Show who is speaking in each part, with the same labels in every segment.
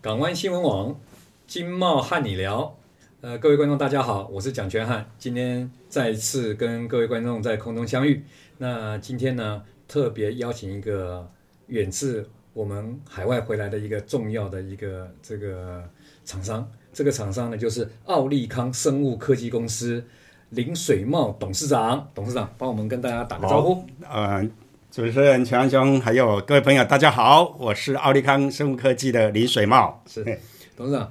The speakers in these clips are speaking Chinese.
Speaker 1: 港湾新闻网金茂和你聊。呃，各位观众大家好，我是蒋全汉，今天再次跟各位观众在空中相遇。那今天呢，特别邀请一个远自我们海外回来的一个重要的一个这个厂商，这个厂商呢就是奥利康生物科技公司林水茂董事长，董事长帮我们跟大家打个招呼。
Speaker 2: 呃，主持人全安兄，还有各位朋友，大家好，我是奥利康生物科技的林水茂。
Speaker 1: 是，董事长，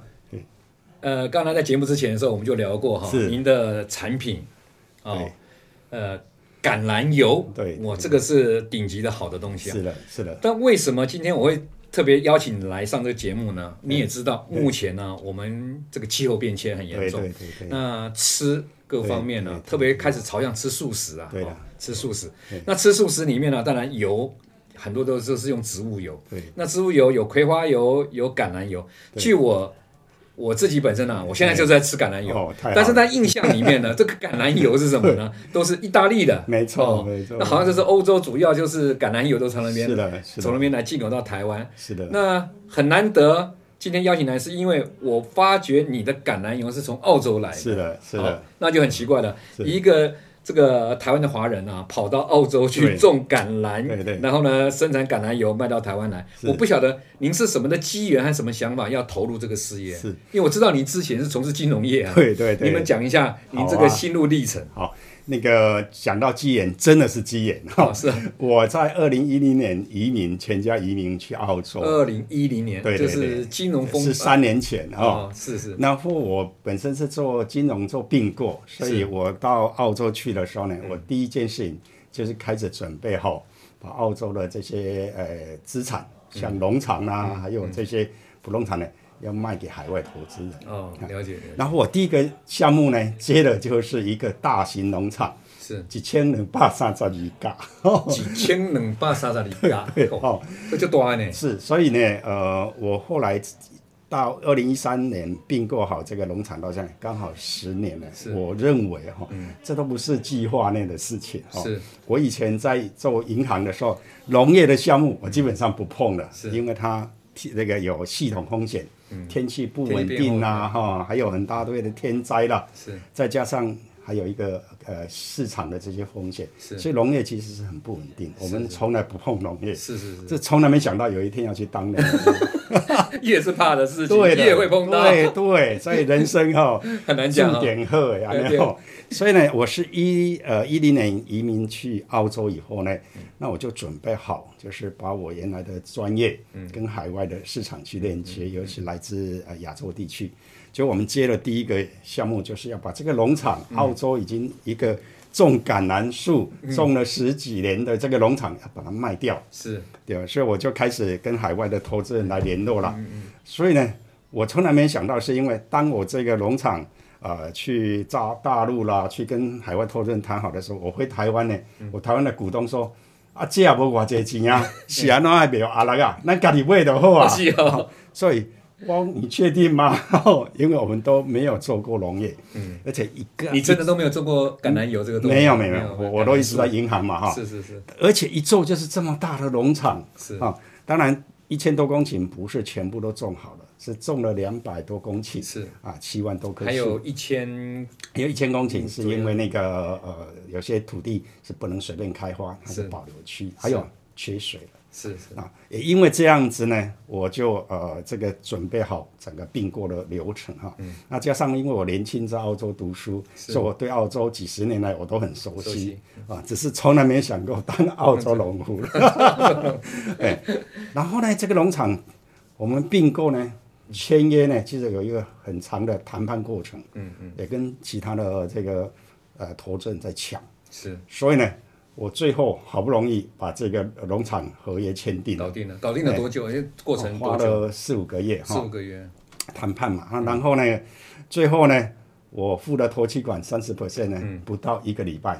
Speaker 1: 呃，刚才在节目之前的时候，我们就聊过哈，
Speaker 2: 是
Speaker 1: 您的产品哦
Speaker 2: 对，
Speaker 1: 呃，橄榄油，
Speaker 2: 对
Speaker 1: 我这个是顶级的好的东西啊
Speaker 2: 是。的，是的，
Speaker 1: 但为什么今天我会特别邀请你来上这个节目呢？你也知道，目前呢，我们这个气候变迁很严
Speaker 2: 对对
Speaker 1: 重，
Speaker 2: 对对，
Speaker 1: 那吃各方面
Speaker 2: 对
Speaker 1: 呢
Speaker 2: 对，对
Speaker 1: 特别开始朝向吃素食啊，
Speaker 2: 对
Speaker 1: 哦
Speaker 2: 的
Speaker 1: 吃素食。那吃素食里面呢，当然油很多都是是用植物油，
Speaker 2: 对
Speaker 1: 那植物油有葵花油，有橄榄油。据我我自己本身啊，我现在就是在吃橄榄油
Speaker 2: 哦太好，了
Speaker 1: 但是在印象里 面呢，这个橄榄油是什么呢？都是意大利的，
Speaker 2: 没错
Speaker 1: 哦
Speaker 2: 没错
Speaker 1: 那好像就是欧洲主要就是橄榄油都从那边
Speaker 2: 是的，是
Speaker 1: 从那
Speaker 2: 的，
Speaker 1: 边来进口到台湾。
Speaker 2: 是的，
Speaker 1: 那很难得，今天邀请来是因为我发觉你的橄榄油是从澳洲来的，
Speaker 2: 是的，是
Speaker 1: 好
Speaker 2: 的，，
Speaker 1: 那就很奇怪了，一个。这个台湾的华人啊，跑到澳洲去
Speaker 2: 对
Speaker 1: 种橄榄，
Speaker 2: 对对
Speaker 1: 然后呢，生产橄榄油卖到台湾来。
Speaker 2: 是
Speaker 1: 我不晓得您是什么的机缘和什么想法要投入这个事业，
Speaker 2: 是
Speaker 1: 因为我知道您之前是从事金融业啊。
Speaker 2: 对对对
Speaker 1: 你们讲一下您这
Speaker 2: 好
Speaker 1: 个
Speaker 2: 啊
Speaker 1: 心路历程。
Speaker 2: 好。那个讲到基岩，真的是基岩哈、
Speaker 1: 哦是啊
Speaker 2: 我在二零一零年移民，全家移民去澳洲，
Speaker 1: 二零一零年，
Speaker 2: 对
Speaker 1: 就
Speaker 2: 对对
Speaker 1: 是金融风
Speaker 2: 是三年前哈、
Speaker 1: 哦，是是
Speaker 2: 然后我本身是做金融做并购，所以我到澳洲去的时候呢，我第一件事情就是开始准备好，把澳洲的这些呃资产，像农场啊，还有这些不动产呢，要卖给海外投资人。
Speaker 1: 哦，了解了解
Speaker 2: 然后我第一个项目呢，接的就是一个大型农场，
Speaker 1: 是
Speaker 2: 一千零八三十二家。
Speaker 1: 几千两百三十二家，哦
Speaker 2: 哦，
Speaker 1: 这就大呢。
Speaker 2: 是，所以呢，呃，我后来到二零一三年并购好这个农场到现在刚好十年了。我认为哈、这都不是计划内的事情哈、
Speaker 1: 嗯是
Speaker 2: 我以前在做银行的时候，农业的项目我基本上不碰了，因为它那个有系统风险，天气不
Speaker 1: 嗯天气
Speaker 2: 稳
Speaker 1: 变
Speaker 2: 定啊，哈、还有很大堆的天灾啦、
Speaker 1: 是
Speaker 2: 再加上还有一个呃市场的这些风险，
Speaker 1: 是
Speaker 2: 所以农业其实是很不稳定。我们从来不碰农业，
Speaker 1: 是是是，
Speaker 2: 这从来没想到有一天要去当农夫，
Speaker 1: 越是怕的事情，
Speaker 2: 对的，
Speaker 1: 越会碰到，
Speaker 2: 对对，所以人生哈、
Speaker 1: 很难讲哦
Speaker 2: 重点喝呀，
Speaker 1: 对
Speaker 2: 啊然后，所以呢，我是一呃一零年移民去澳洲以后呢，
Speaker 1: 嗯
Speaker 2: 那我就准备好，就是把我原来的专业
Speaker 1: 嗯
Speaker 2: 跟海外的市场去链接，尤其来自呃亚洲地区。就我们接了第一个项目，就是要把这个农场，
Speaker 1: 嗯
Speaker 2: 澳洲已经一个种橄榄树种了十几年的这个农场，要把它卖掉。
Speaker 1: 是
Speaker 2: 对吧？所以我就开始跟海外的投资人来联络了。所以呢，我从来没想到，是因为当我这个农场呃去大大陆啦，去跟海外投资人谈好的时候，我回台湾呢，我台湾的股东说。啊，这也无偌济钱 啊，是安怎还袂有阿力啊？咱家己买就好 啊。
Speaker 1: 是哦
Speaker 2: 所以，汪，你确定吗？ 哦因为我们都没有做过农业，嗯，而且一个
Speaker 1: 你真的都没有做过橄榄油这个东西，
Speaker 2: 没有没有，我我都一直在啊银行嘛哈，
Speaker 1: 是是是
Speaker 2: 而且一做就是这么大的农场，
Speaker 1: 是
Speaker 2: 啊、当然一千多公顷不是全部都种好了，是种了两百多公顷，
Speaker 1: 是
Speaker 2: 啊，七万多棵树，
Speaker 1: 还有嗯啊一千
Speaker 2: 还有一千公顷是因为那个呃有些土地是不能随便开花，它是保留区，还有缺水了。
Speaker 1: 是是
Speaker 2: 啊，也因为这样子呢，我就呃这个准备好整个并购的流程哈、那加上因为我年轻在澳洲读书，所以我对澳洲几十年来我都很熟
Speaker 1: 熟悉
Speaker 2: 悉啊，只是从来没想过当澳洲农夫。哎，然后呢，这个农场我们并购呢。签约呢，其实有一个很长的谈判过程，嗯嗯，也跟其他的这个呃投资人在抢，
Speaker 1: 是
Speaker 2: 所以呢，我最后好不容易把这个农场合约签订了，
Speaker 1: 搞定了，搞定了多久？因为过程
Speaker 2: 哎哦花
Speaker 1: 多久？
Speaker 2: 了四五个月
Speaker 1: 四五
Speaker 2: 哈
Speaker 1: 个月，
Speaker 2: 谈判嘛，啊然后呢，最后呢，我付了头期款三十 percent 呢，
Speaker 1: 嗯
Speaker 2: 不到一个礼拜。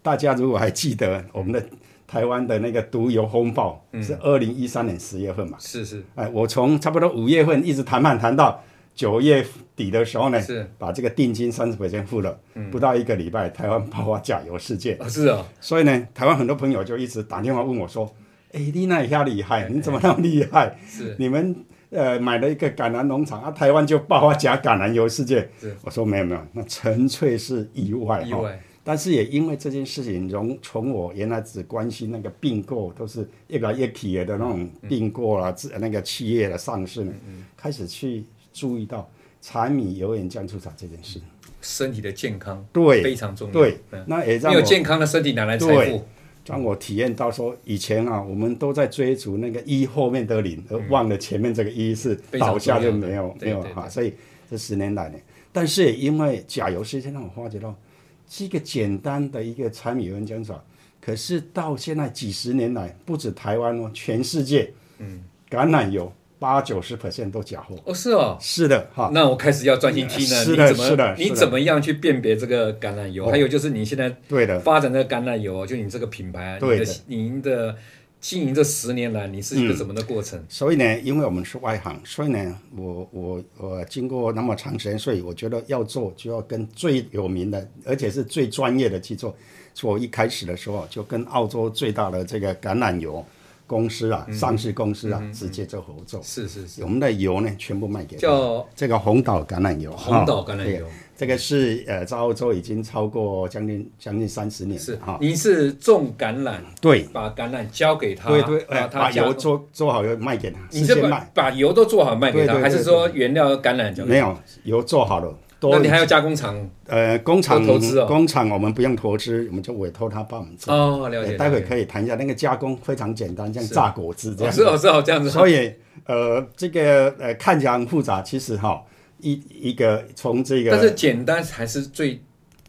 Speaker 2: 大家如果还记得我们的台湾的那个毒油风暴
Speaker 1: 嗯
Speaker 2: 是二零一三年十月份嘛，
Speaker 1: 是是
Speaker 2: 哎，我从差不多五月份一直谈判谈到九月底的时候呢
Speaker 1: 是，嗯
Speaker 2: 把这个定金三十 percent 付了，不到一个礼拜，台湾爆发甲油事件。
Speaker 1: 哦是哦，
Speaker 2: 所以呢，台湾很多朋
Speaker 1: 哎
Speaker 2: 友就一直打电话问我说：“哎、你那一下厉害，你怎么那么厉害？
Speaker 1: 是
Speaker 2: 你们呃买了一个橄榄农场啊，台湾就爆发假橄榄油事件
Speaker 1: 是。
Speaker 2: 我说没有没有，那纯粹是意外
Speaker 1: 意
Speaker 2: 哈。
Speaker 1: 外，
Speaker 2: 但是也因为这件事情，从从我原来只关心那个并购，都是一个一体的那种并购啦、自那个企业的上市
Speaker 1: 嗯
Speaker 2: 呢，开始去注意到柴米油盐酱醋茶这件
Speaker 1: 嗯
Speaker 2: 事。
Speaker 1: 身体的健康
Speaker 2: 对
Speaker 1: 非常重要。
Speaker 2: 对
Speaker 1: 嗯，
Speaker 2: 那也
Speaker 1: 没
Speaker 2: 让
Speaker 1: 有
Speaker 2: 我
Speaker 1: 健康的身体哪来财
Speaker 2: 对
Speaker 1: 富？
Speaker 2: 让我体验到说，以前啊，我们都在追逐那个一后面的零，而忘了前面这个一是
Speaker 1: 非常
Speaker 2: 倒下就
Speaker 1: 重要的
Speaker 2: 没有
Speaker 1: 对
Speaker 2: 没有
Speaker 1: 对
Speaker 2: 哈。所以这十年来呢，但是也因为甲油事件啊让我发觉到，是一个简单的一个柴米油盐酱醋茶，可是到现在几十年来，不止台湾哦，全世界，嗯，橄榄油八九十 percent 都假货。
Speaker 1: 哦，是哦。
Speaker 2: 是的哈，
Speaker 1: 那我开始要专心听了，
Speaker 2: 啊是
Speaker 1: 你
Speaker 2: 的
Speaker 1: 怎
Speaker 2: 是的
Speaker 1: 么
Speaker 2: 是的
Speaker 1: 你怎么样去辨别这个橄榄油？还有就是你现在
Speaker 2: 对的，
Speaker 1: 发展这个橄榄油，就你这个品牌，啊你
Speaker 2: 对
Speaker 1: 的
Speaker 2: 的
Speaker 1: 您的经营这十年来，你是一个怎么的过程？
Speaker 2: 所以呢，因为我们是外行，所以呢，我我我经过那么长时间，所以我觉得要做就要跟最有名的，而且是最专业的去做。所以我一开始的时候就跟澳洲最大的这个橄榄油公司
Speaker 1: 嗯
Speaker 2: 啊，上市公司啊，直接做合作。
Speaker 1: 是是是，
Speaker 2: 我们的油呢，全部卖给
Speaker 1: 叫
Speaker 2: 这个红岛橄榄油。
Speaker 1: 红岛
Speaker 2: 哈
Speaker 1: 橄榄
Speaker 2: 对
Speaker 1: 油。
Speaker 2: 这个是呃，在澳洲已经超过将近将近三十年了
Speaker 1: 是
Speaker 2: 哈，。
Speaker 1: 您是种橄榄，
Speaker 2: 对
Speaker 1: 把橄榄交给他，
Speaker 2: 对对，
Speaker 1: 然
Speaker 2: 哎
Speaker 1: 后他
Speaker 2: 把
Speaker 1: 加
Speaker 2: 油做做好油卖给他，
Speaker 1: 你
Speaker 2: 直
Speaker 1: 是
Speaker 2: 接卖
Speaker 1: 把。把油都做好卖给
Speaker 2: 对
Speaker 1: 他，
Speaker 2: 对
Speaker 1: 还是
Speaker 2: 对
Speaker 1: 说原料橄榄交给
Speaker 2: 没有油做好了，
Speaker 1: 他？那
Speaker 2: 多
Speaker 1: 你还要加工厂
Speaker 2: 呃工厂
Speaker 1: 多投资哦
Speaker 2: 工厂我们不用投资，我们就委托他帮我们做。
Speaker 1: 哦，了
Speaker 2: 呃
Speaker 1: 解。
Speaker 2: 待会
Speaker 1: 了解
Speaker 2: 可以谈一下那个加工非常简单，像榨果汁这
Speaker 1: 哦
Speaker 2: 样。
Speaker 1: 是哦是哦这样子，
Speaker 2: 所以呃，这个呃看起来很复杂，其实哈一一个从这个
Speaker 1: 但是简单还是最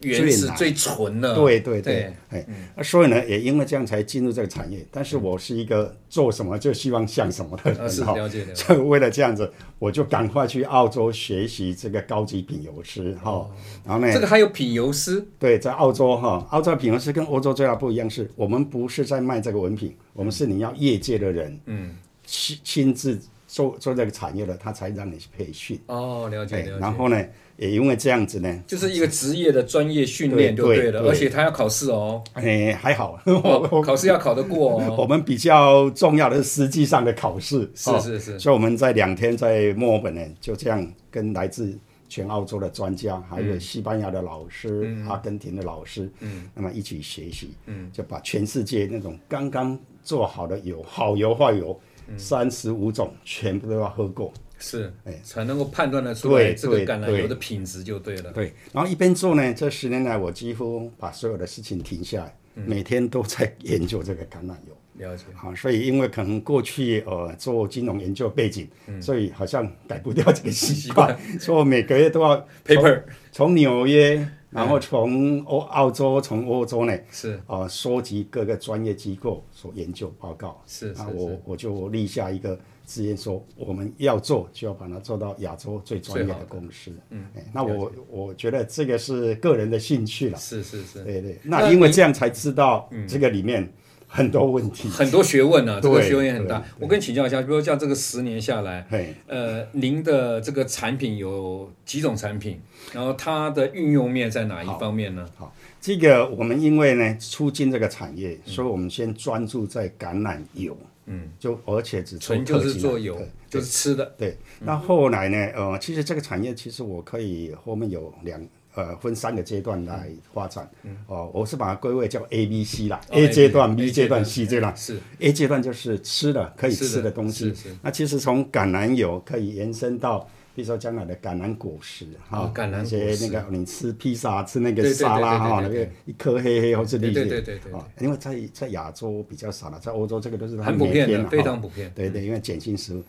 Speaker 1: 原始
Speaker 2: 最难
Speaker 1: 最纯的。
Speaker 2: 对对
Speaker 1: 呃对嗯
Speaker 2: 对，哎，啊所以呢，也因为这样才进入这个产业。但是我是一个做什么就希望像什么的
Speaker 1: 啊，嗯是
Speaker 2: 人哈，
Speaker 1: 了解了解。
Speaker 2: 所以 为了这样子，我就赶快去澳洲学习这个高级品油师哈。
Speaker 1: 哦
Speaker 2: 然后呢，
Speaker 1: 这个还有品油师，
Speaker 2: 对，在澳洲哈，澳洲的品牌是跟欧洲最大不一样是，我们不是在卖这个文品，我们是你要业界的人
Speaker 1: 嗯，
Speaker 2: 亲亲自做做这个产业的，他才让你去培训。
Speaker 1: 哦，了解
Speaker 2: 哎
Speaker 1: 了，
Speaker 2: 然
Speaker 1: 解。
Speaker 2: 后呢，也因为这样子呢，
Speaker 1: 就是一个职业的专业训练就
Speaker 2: 对
Speaker 1: 对了，
Speaker 2: 对对
Speaker 1: 而且他要考试 哦，
Speaker 2: 哎，还好，
Speaker 1: 哦
Speaker 2: 我我
Speaker 1: 考试要考得过 哦。
Speaker 2: 我们比较重要的是实际上的考试，
Speaker 1: 是
Speaker 2: 哦
Speaker 1: 是是
Speaker 2: 所以我们在两天在墨尔本呢，就这样跟来自全澳洲的专家，还有西班牙的老师、阿根廷的老师，嗯，那么一起学习，嗯，就把全世界那种刚刚做好的油，好油坏油，三十五种全部都要喝过，
Speaker 1: 是
Speaker 2: 哎，
Speaker 1: 才能够判断得出来
Speaker 2: 对
Speaker 1: 这个
Speaker 2: 对
Speaker 1: 橄榄
Speaker 2: 对
Speaker 1: 油的品质就对了。
Speaker 2: 对，然后一边做呢，这十年来我几乎把所有的事情停下来，每天都在研究这个橄榄油。
Speaker 1: 了解，
Speaker 2: 好，所以因为可能过去呃做金融研究背景，
Speaker 1: 嗯
Speaker 2: 所以好像改不掉这个习惯，所以我每个月都要
Speaker 1: Paper
Speaker 2: 从从纽约，然
Speaker 1: 嗯
Speaker 2: 后从欧澳洲，从欧洲呢，
Speaker 1: 是
Speaker 2: 呃，收集各个专业机构所研究报告。
Speaker 1: 是是
Speaker 2: 啊，
Speaker 1: 是
Speaker 2: 我我就立下一个志愿，说我们要做就要把它做到亚洲最专业
Speaker 1: 最
Speaker 2: 的
Speaker 1: 好的
Speaker 2: 公司。嗯，那我我觉得这个是个人的兴趣了。
Speaker 1: 是是是，
Speaker 2: 对对，
Speaker 1: 那嗯
Speaker 2: 那因为这样才知道这个里面很多问题。
Speaker 1: 很多学问啊，这个
Speaker 2: 嗯对
Speaker 1: 学问也很大。我跟你请教一下，比如像这个十年下来，
Speaker 2: 嘿，
Speaker 1: 呃，您的这个产品有几种产品，然后它的运用面在哪一方面呢？
Speaker 2: 好，这个我们因为呢促进这个产业，所以我们先专注在橄榄油，嗯，就而且只做
Speaker 1: 纯就
Speaker 2: 特
Speaker 1: 是
Speaker 2: 级
Speaker 1: 做
Speaker 2: 的
Speaker 1: 油
Speaker 2: 对，
Speaker 1: 就是吃的，
Speaker 2: 对，那后来呢？呃，其实这个产业其实我可以后面有两呃分三个阶段来发展。哦，我是把它归为叫 A、B、C 啦
Speaker 1: 哦
Speaker 2: ，A 阶
Speaker 1: A
Speaker 2: 段、
Speaker 1: 阶
Speaker 2: B
Speaker 1: 段
Speaker 2: 阶段、C 啊阶段。
Speaker 1: 是
Speaker 2: A 阶段就是吃的可以
Speaker 1: 是的
Speaker 2: 吃的东西
Speaker 1: 是是，
Speaker 2: 那其实从橄榄油可以延伸到。比如说将来的橄榄果实哈
Speaker 1: 哦，橄榄
Speaker 2: 那
Speaker 1: 果
Speaker 2: 些
Speaker 1: 实
Speaker 2: 那个你吃披萨吃那
Speaker 1: 对
Speaker 2: 个
Speaker 1: 对对
Speaker 2: 沙拉
Speaker 1: 对对
Speaker 2: 哈，那
Speaker 1: 对
Speaker 2: 个一颗黑黑或是
Speaker 1: 对
Speaker 2: 绿
Speaker 1: 对对
Speaker 2: 的
Speaker 1: 对对
Speaker 2: 啊，因为在在亚洲比较少了，在欧洲这个都是他
Speaker 1: 很
Speaker 2: 们
Speaker 1: 普
Speaker 2: 每
Speaker 1: 遍
Speaker 2: 天
Speaker 1: 的，
Speaker 2: 啊
Speaker 1: 非
Speaker 2: 哈
Speaker 1: 常普遍。
Speaker 2: 对对，因为碱性食物。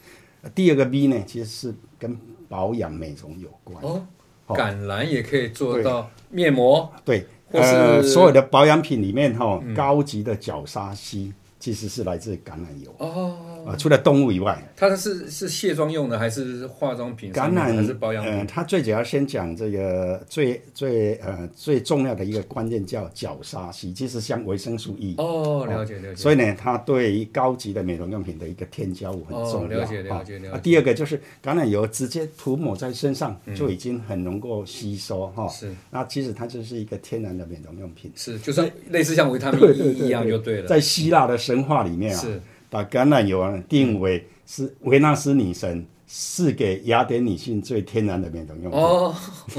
Speaker 2: 呃第二个 B 呢，其实是跟保养美容有关。
Speaker 1: 哦，
Speaker 2: 好
Speaker 1: 橄榄也可以做
Speaker 2: 对
Speaker 1: 到面膜，
Speaker 2: 对，
Speaker 1: 或
Speaker 2: 呃，
Speaker 1: 是
Speaker 2: 所有的保养品里面哈、高级的角鲨烯其实是来自橄榄油。
Speaker 1: 嗯
Speaker 2: 哦、除了动物以外，
Speaker 1: 它是是卸妆用的还是化妆品上
Speaker 2: 橄
Speaker 1: 面的？
Speaker 2: 榄
Speaker 1: 还是保养品？
Speaker 2: 呃，它最主要先讲这个最最呃最重要的一个关键叫角鲨烯，其实像维生素 E。
Speaker 1: 哦，了解了解。
Speaker 2: 所以呢，它对于高级的美容用品的一个添加物很重要。
Speaker 1: 哦了解了解
Speaker 2: 啊
Speaker 1: 了解嗯
Speaker 2: 啊第二个就是橄榄油直接涂抹在身上就已经很能够吸收哈。
Speaker 1: 是。
Speaker 2: 那其实它就是一个天然的美容用品。
Speaker 1: 是，就是类似像维他命 E 一样就对了。
Speaker 2: 在希腊的神话里面啊，
Speaker 1: 是嗯
Speaker 2: 把橄榄油啊定为是维纳斯女神是给雅典女性最天然的美容用品。
Speaker 1: 哦，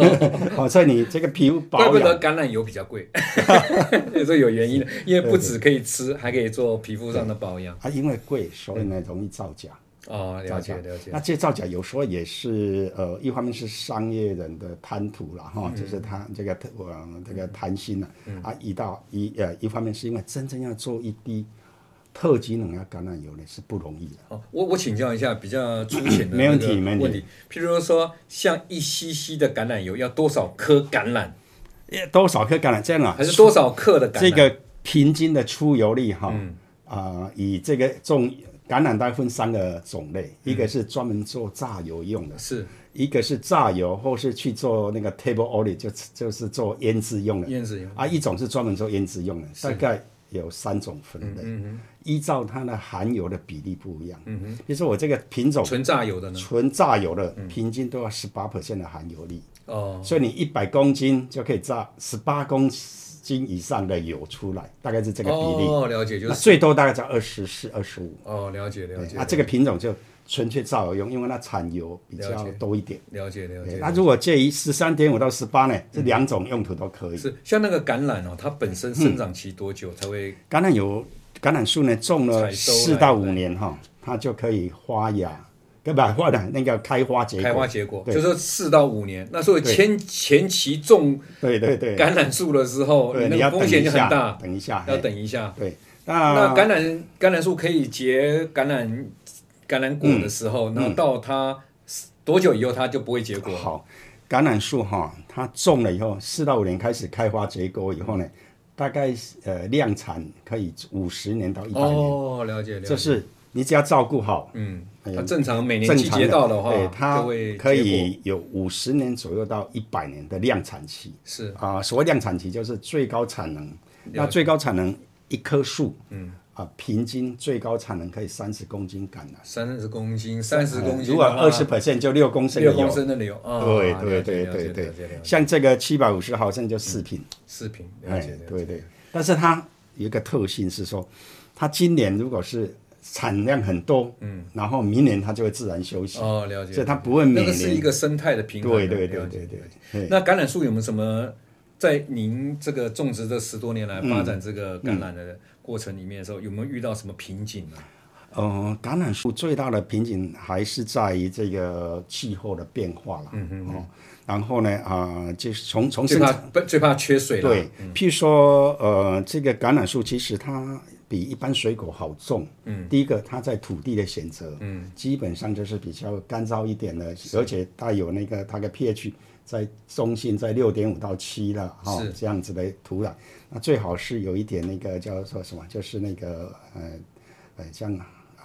Speaker 2: 哦，所以你这个皮肤
Speaker 1: 怪
Speaker 2: 保
Speaker 1: 不得
Speaker 2: 养，
Speaker 1: 橄榄油比较 贵，这有原因的，因为不止可以吃，还可以做皮肤上的保养。
Speaker 2: 啊，因为贵，所以呢容易造假。
Speaker 1: 哦，了
Speaker 2: 造
Speaker 1: 解
Speaker 2: 假
Speaker 1: 了解
Speaker 2: 那。这造假有时候也是呃，一方面是商业人的贪图了哈，就是
Speaker 1: 嗯
Speaker 2: 他这个呃这个贪心了啊，一到一呃一方面是因为真正要做一滴特级能量橄榄油呢是不容易的。
Speaker 1: 哦，我我请教一下比较粗浅的
Speaker 2: 没
Speaker 1: 那
Speaker 2: 问
Speaker 1: 个
Speaker 2: 题没问题
Speaker 1: 问题，譬如说像一 cc 的橄榄油要多少颗橄榄，
Speaker 2: 也多少颗橄榄这样啊
Speaker 1: 还？是多少克的橄榄？
Speaker 2: 这个平均的出油率哈，啊、
Speaker 1: 嗯
Speaker 2: 以这个种橄榄大概分三个种类，一
Speaker 1: 嗯
Speaker 2: 个是专门做榨油用的，
Speaker 1: 是
Speaker 2: 一个是榨油或是去做那个 table oil，就就是做腌制用的，
Speaker 1: 燕子油。
Speaker 2: 啊，一种是专门做腌制用的，大概有三种分
Speaker 1: 嗯
Speaker 2: 类，依照它的含油的比例不一样。嗯哼，比如说我这个品种
Speaker 1: 纯榨油的呢？嗯
Speaker 2: 纯榨油的，平均都要十八的含油率，
Speaker 1: 哦，
Speaker 2: 所以你一百公斤就可以榨十八公斤以上的油出来，大概是这个比例。
Speaker 1: 哦，了解，就
Speaker 2: 那
Speaker 1: 是
Speaker 2: 最多大概在二十四、二十五。
Speaker 1: 哦，了解了解
Speaker 2: 啊，这个品种就纯粹榨油用，因为它产油比较多一点。
Speaker 1: 了解了
Speaker 2: 对
Speaker 1: 解。
Speaker 2: 那如果介于十三点五到十八呢，这两种用途都可以。
Speaker 1: 是像那个橄榄哦，它本身生长期多久才会？
Speaker 2: 橄榄油、橄榄树呢，种了
Speaker 1: 采收
Speaker 2: 四
Speaker 1: 来
Speaker 2: 到五年哈，它就可以发芽，根本发的那个开花结
Speaker 1: 开
Speaker 2: 果。
Speaker 1: 花结果，
Speaker 2: 对
Speaker 1: 就是说四到五年。那所以前前期种
Speaker 2: 对对对，
Speaker 1: 橄榄树的时候，
Speaker 2: 对，
Speaker 1: 哦那
Speaker 2: 你要
Speaker 1: 个风
Speaker 2: 等
Speaker 1: 险
Speaker 2: 一
Speaker 1: 就很
Speaker 2: 下
Speaker 1: 大，，
Speaker 2: 等一下，
Speaker 1: 要
Speaker 2: 嘿
Speaker 1: 等一下。
Speaker 2: 对。
Speaker 1: 那
Speaker 2: 那
Speaker 1: 橄榄橄榄树可以结橄榄橄榄果的时
Speaker 2: 嗯
Speaker 1: 候，那到它多久以后它就不会结果了？
Speaker 2: 好，橄榄树哈，它种了以后，四到五年开始开花结果以后呢，大概呃量产可以五十年到一百年，
Speaker 1: 哦，了解了
Speaker 2: 就
Speaker 1: 解。
Speaker 2: 嗯是你只要照顾好，
Speaker 1: 嗯，
Speaker 2: 哎
Speaker 1: 它正常每年
Speaker 2: 正
Speaker 1: 季
Speaker 2: 常的
Speaker 1: 节到的话
Speaker 2: 对，它
Speaker 1: 就会
Speaker 2: 可
Speaker 1: 结果
Speaker 2: 以有五十年左右到一百年的量产期。
Speaker 1: 是
Speaker 2: 啊、所谓量产期就是最高产能。那最高产能一棵树，嗯，啊、平均最高产能可以三十公斤橄榄。
Speaker 1: 三十公斤，三十公斤的话，
Speaker 2: 如果二十 percent 就六公升的
Speaker 1: 六公
Speaker 2: 油。
Speaker 1: 升的牛啊，
Speaker 2: 对
Speaker 1: 了解
Speaker 2: 对
Speaker 1: 了
Speaker 2: 对
Speaker 1: 解
Speaker 2: 对
Speaker 1: 了解了
Speaker 2: 对
Speaker 1: 解，
Speaker 2: 像这个七百五十毫升就四瓶，
Speaker 1: 视频了
Speaker 2: 哎
Speaker 1: 解了，解
Speaker 2: 对对。但是它有一个特性是说，它今年如果是产量很多，嗯，然后明年它就会自然休息，
Speaker 1: 哦，了解，
Speaker 2: 所以它不会每
Speaker 1: 那个是一
Speaker 2: 年。
Speaker 1: 个生态的平衡，啊
Speaker 2: 对对对
Speaker 1: 了解
Speaker 2: 对对
Speaker 1: 了解
Speaker 2: 对
Speaker 1: 那橄榄树有没有什么在您这个种植这十多年来发展这个橄榄的过程里面的时候，有没有遇到什么瓶颈啊呢？
Speaker 2: 呃，橄榄树最大的瓶颈还是在于这个气候的变化了。嗯嗯哦，然后呢，啊、就是从从
Speaker 1: 最
Speaker 2: 生
Speaker 1: 怕
Speaker 2: 产
Speaker 1: 不最怕缺水了，
Speaker 2: 对，譬如说，呃，这个橄榄树其实它比一般水果好种。嗯，第一个它在土地的选择，嗯，基本上就是比较干燥一点的，而且带有那个它的 pH 在中性在六点五到七了哈、
Speaker 1: 是
Speaker 2: 这样子的土壤，那最好是有一点那个叫做什么，就是那个呃呃像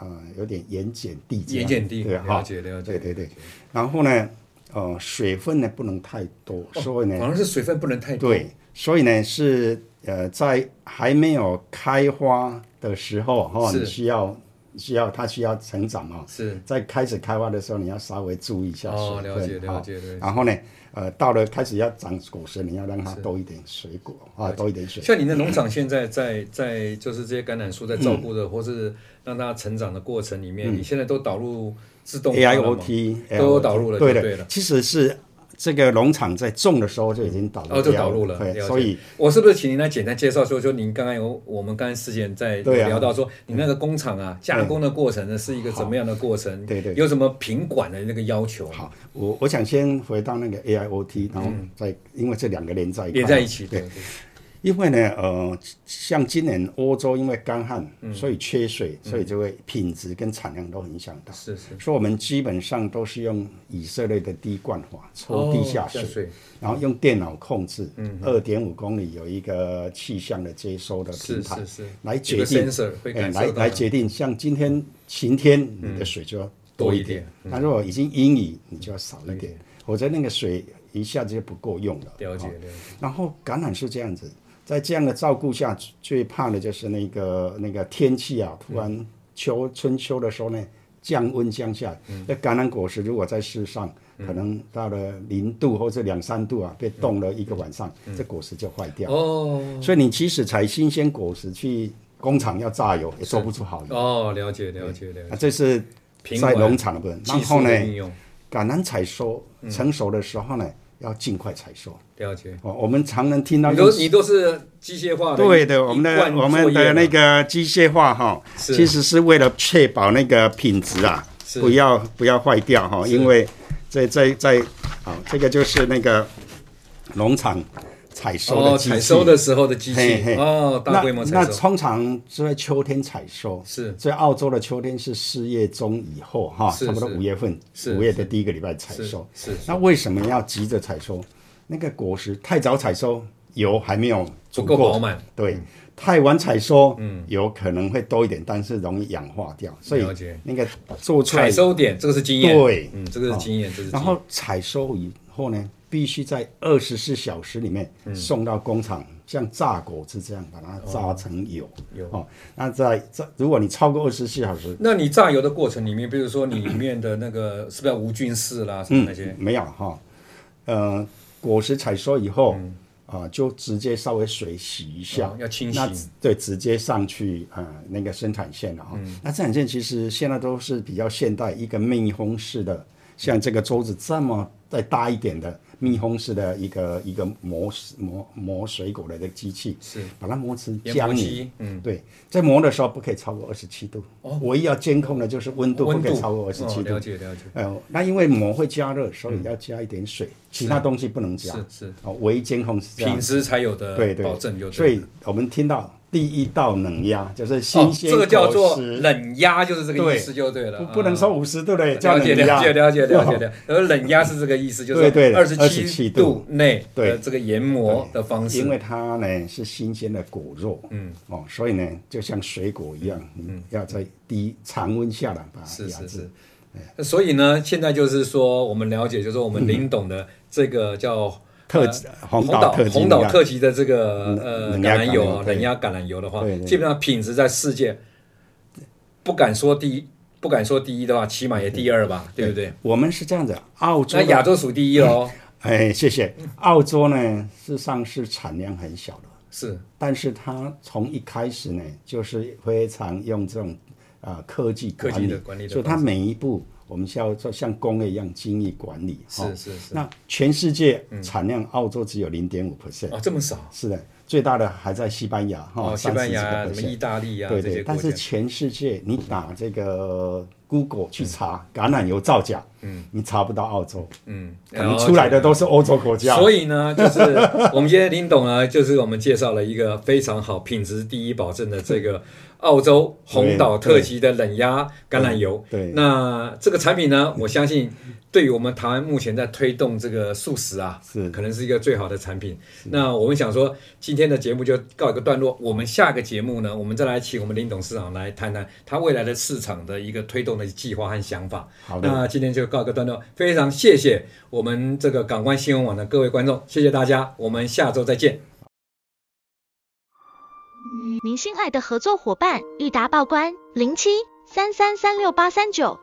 Speaker 2: 呃有点盐碱地这样
Speaker 1: 盐碱地，
Speaker 2: 对哈
Speaker 1: 了、解了解，
Speaker 2: 对对对，然后呢，呃，水分呢不能太多，所以呢。
Speaker 1: 好像是水分不能太多，
Speaker 2: 对，所以呢是呃，在还没有开花的时候哈、
Speaker 1: 是
Speaker 2: 你需要需要它需要成长啊、
Speaker 1: 是
Speaker 2: 在开始开花的时候，你要稍微注意一下
Speaker 1: 哦，
Speaker 2: 水分
Speaker 1: 了解
Speaker 2: 哈
Speaker 1: 了解对。
Speaker 2: 然后呢，呃，到了开始要长果实，你要让它多一点水果啊，多一点水。
Speaker 1: 像你的农场现在在在就是这些橄榄树在照顾的，或是让它成长的过程里面，你现在都导入自动化
Speaker 2: 嗯 A
Speaker 1: 了
Speaker 2: I
Speaker 1: 吗
Speaker 2: O T
Speaker 1: 都有导入了就
Speaker 2: 对
Speaker 1: 对
Speaker 2: 的
Speaker 1: 了，
Speaker 2: 其实是这个农场在种的时候就已经导入
Speaker 1: 哦，就
Speaker 2: 掉
Speaker 1: 导入了，了
Speaker 2: 对，
Speaker 1: 解
Speaker 2: 所以
Speaker 1: 我是不是请您来简单介绍说，就您刚刚有我们刚才之前在
Speaker 2: 对啊
Speaker 1: 聊到说，你那个工厂啊，加工的过程呢是一个怎么样的过程？
Speaker 2: 对对
Speaker 1: 有什么品管的那个要求？
Speaker 2: 好，我我想先回到那个 A I O T，然后再、因为这两个连在一
Speaker 1: 嗯
Speaker 2: 块
Speaker 1: 连在一起，
Speaker 2: 对
Speaker 1: 对，
Speaker 2: 因为呢，呃，像今年欧洲因为干旱，
Speaker 1: 嗯
Speaker 2: 所以缺水，所以就会品质跟产量都影响到。
Speaker 1: 是是
Speaker 2: 所以我们基本上都是用以色列的滴灌法抽地下水，
Speaker 1: 哦水嗯
Speaker 2: 然后用电脑控制，二点五公里有一个气象的接收的平
Speaker 1: 哦是
Speaker 2: 台
Speaker 1: 是是，
Speaker 2: 来
Speaker 1: 有
Speaker 2: 决
Speaker 1: 个
Speaker 2: 定
Speaker 1: sensor 会
Speaker 2: 哎
Speaker 1: 感受
Speaker 2: 来
Speaker 1: 到嗯
Speaker 2: 来决定，像今天晴天，你的水就要
Speaker 1: 多
Speaker 2: 多
Speaker 1: 一
Speaker 2: 一点
Speaker 1: 点；嗯
Speaker 2: 那如果已经阴雨，你就要少一点，否则那个水一下子就不够用了。
Speaker 1: 了解了解。
Speaker 2: 然后橄榄是这样子，在这样的照顾下，最最怕的就是那个那个天气啊，突然秋春秋的时候呢，降温降下来，那、橄榄果实如果在世上。可能到了零度或者两三度啊，被冻了一个晚上，这果实就坏掉。
Speaker 1: 哦
Speaker 2: 所以你即使采新鲜果实去工厂要榨油，也做不出好油。
Speaker 1: 哦，了解了解了解。
Speaker 2: 啊，这是
Speaker 1: 平
Speaker 2: 在
Speaker 1: 稳
Speaker 2: 农场的部分。
Speaker 1: 技
Speaker 2: 然后
Speaker 1: 术
Speaker 2: 呢
Speaker 1: 的，应用，
Speaker 2: 橄榄采收成熟的时候呢，要尽快采收。
Speaker 1: 了解。
Speaker 2: 哦，我们常能听到
Speaker 1: 你
Speaker 2: 用
Speaker 1: 都你都是机械化的一，
Speaker 2: 对
Speaker 1: 一
Speaker 2: 的，我们的
Speaker 1: 贯
Speaker 2: 我们
Speaker 1: 作业啊
Speaker 2: 的
Speaker 1: 嘛
Speaker 2: 那个机械化哈，
Speaker 1: 是
Speaker 2: 其实是为了确保那个品质啊，
Speaker 1: 是
Speaker 2: 不要不要坏掉哈，
Speaker 1: 是
Speaker 2: 因为在在在好，这个就是那个农场采收的
Speaker 1: 哦，
Speaker 2: 机器
Speaker 1: 采收的时候的机器
Speaker 2: 嘿嘿
Speaker 1: 哦，大规模
Speaker 2: 那
Speaker 1: 采
Speaker 2: 那
Speaker 1: 收
Speaker 2: 通常是在秋天采收，
Speaker 1: 是
Speaker 2: 所以澳洲的秋天是四月中以后哈，
Speaker 1: 是
Speaker 2: 差不多
Speaker 1: 是
Speaker 2: 五月份，
Speaker 1: 是
Speaker 2: 五月的第一个礼拜采
Speaker 1: 是
Speaker 2: 收。
Speaker 1: 是
Speaker 2: 那为什么要急着采收？那个果实太早采收，油还没有足
Speaker 1: 不够
Speaker 2: 够
Speaker 1: 饱满，
Speaker 2: 对，太晚采收，有可能会多一点，但是容易氧化掉，所以
Speaker 1: 嗯了解
Speaker 2: 那个做出来
Speaker 1: 采，收点，这个是经验，
Speaker 2: 对
Speaker 1: 嗯，这个是经验，这是经
Speaker 2: 然后采收以后呢，必须在二十四小时里面
Speaker 1: 嗯
Speaker 2: 送到工厂，像榨果汁这样把它
Speaker 1: 哦
Speaker 2: 榨成油。
Speaker 1: 有
Speaker 2: 哦，那在在如果你超过二十四小时，
Speaker 1: 那你榨油的过程里面，比如说你里面的那个 是不是要无菌室啦，什么那些？
Speaker 2: 没有哈、呃，果实采收以后。啊、就直接稍微水洗一下，
Speaker 1: 嗯哦要清
Speaker 2: 那
Speaker 1: 洗
Speaker 2: 对，直接上去啊、呃那个生产线了哈、
Speaker 1: 嗯
Speaker 2: 那生产线其实现在都是比较现代，一个密封式的，像这个桌子这么再大一点
Speaker 1: 嗯
Speaker 2: 的密封式的一个一个磨磨磨水果的一个机器，
Speaker 1: 是
Speaker 2: 把它磨成
Speaker 1: 研
Speaker 2: 浆
Speaker 1: 磨
Speaker 2: 泥。
Speaker 1: 机，嗯，哦
Speaker 2: 对，在磨的时候不可以超过二十七度，唯一要监控的就是温度，
Speaker 1: 温
Speaker 2: 不可
Speaker 1: 度
Speaker 2: 以超过二十七
Speaker 1: 哦
Speaker 2: 度。
Speaker 1: 了解了解，
Speaker 2: 呃，那因为膜会加热，所以要加一点水，其他东西不能加。
Speaker 1: 嗯是是，
Speaker 2: 哦，唯一监控是这样
Speaker 1: 品。质才有的
Speaker 2: 对对，
Speaker 1: 保证就
Speaker 2: 所
Speaker 1: 对了。
Speaker 2: 以我们听到第一道冷压就是
Speaker 1: 哦
Speaker 2: 新，鲜、
Speaker 1: 这个叫做
Speaker 2: 果实
Speaker 1: 冷压，就是这个意
Speaker 2: 对
Speaker 1: 思就对了，
Speaker 2: 不
Speaker 1: 啊
Speaker 2: 不能说五十度的叫
Speaker 1: 了
Speaker 2: 冷
Speaker 1: 解了
Speaker 2: 压。
Speaker 1: 解了解了 解了，而冷压是这个意思，就是
Speaker 2: 对对
Speaker 1: 二十七
Speaker 2: 27
Speaker 1: 度内的
Speaker 2: 对
Speaker 1: 这个研磨的方式
Speaker 2: 因，为它呢是新鲜的果肉，嗯，哦，所以呢就像水果一样，嗯，要在低常温下来把它
Speaker 1: 是
Speaker 2: 压
Speaker 1: 是
Speaker 2: 制
Speaker 1: 是。。那哎所以呢，现在就是说，我们了解，就是说我们林董的这个叫
Speaker 2: 特
Speaker 1: 呃
Speaker 2: 级
Speaker 1: 红
Speaker 2: 红岛特级
Speaker 1: 红岛
Speaker 2: 冷压
Speaker 1: 特级的这个呃
Speaker 2: 冷压
Speaker 1: 橄
Speaker 2: 橄
Speaker 1: 榄
Speaker 2: 榄
Speaker 1: 油
Speaker 2: 油
Speaker 1: 啊
Speaker 2: 对
Speaker 1: 冷压橄榄油的话
Speaker 2: 对，对
Speaker 1: 基本上品质在世界不敢说第一，不敢说第一的话，起码也第二吧，对不对？
Speaker 2: 我们是这样子，澳洲
Speaker 1: 那
Speaker 2: 的
Speaker 1: 亚洲数第一哦喽，
Speaker 2: 哎，谢谢。澳洲呢，事实上是产量很小的，
Speaker 1: 是
Speaker 2: 但是它从一开始呢，就是非常用这种啊科技管理
Speaker 1: 科技的管理的
Speaker 2: 所以它每一步我们是要做像工业一样精益管理。哦
Speaker 1: 是是是，
Speaker 2: 那全世界产量，澳洲只有零点五 percent，
Speaker 1: 哦，这么少
Speaker 2: 是的，最大的还在西班牙哈，
Speaker 1: 哦，西班牙啊
Speaker 2: 30%
Speaker 1: 什么意大利啊
Speaker 2: 对
Speaker 1: 这
Speaker 2: 对
Speaker 1: 些，国
Speaker 2: 但是
Speaker 1: 家，
Speaker 2: 全世界你打这个 Google 去查橄榄油造假，嗯，你查不到澳洲，
Speaker 1: 嗯，
Speaker 2: 可能出来的都是欧洲国家。
Speaker 1: 所以呢，就是我们今天林董呢，就是我们介绍了一个非常好、品质第一保证的这个澳洲红岛特级的冷压橄榄油。
Speaker 2: 对对
Speaker 1: 那这个产品呢，我相信对于我们台湾目前在推动这个素食啊，
Speaker 2: 是
Speaker 1: 可能是一个最好的产品。那我们想说，今天的节目就告一个段落。我们下个节目呢，我们再来请我们林董事长来谈谈他未来的市场的一个推动的计划和想法。
Speaker 2: 好的
Speaker 1: 那今天就告一个段落，非常谢谢我们这个港湾新闻网的各位观众，谢谢大家，我们下周再见。
Speaker 3: 您心爱的合作伙伴裕达报关零七三三三六八三九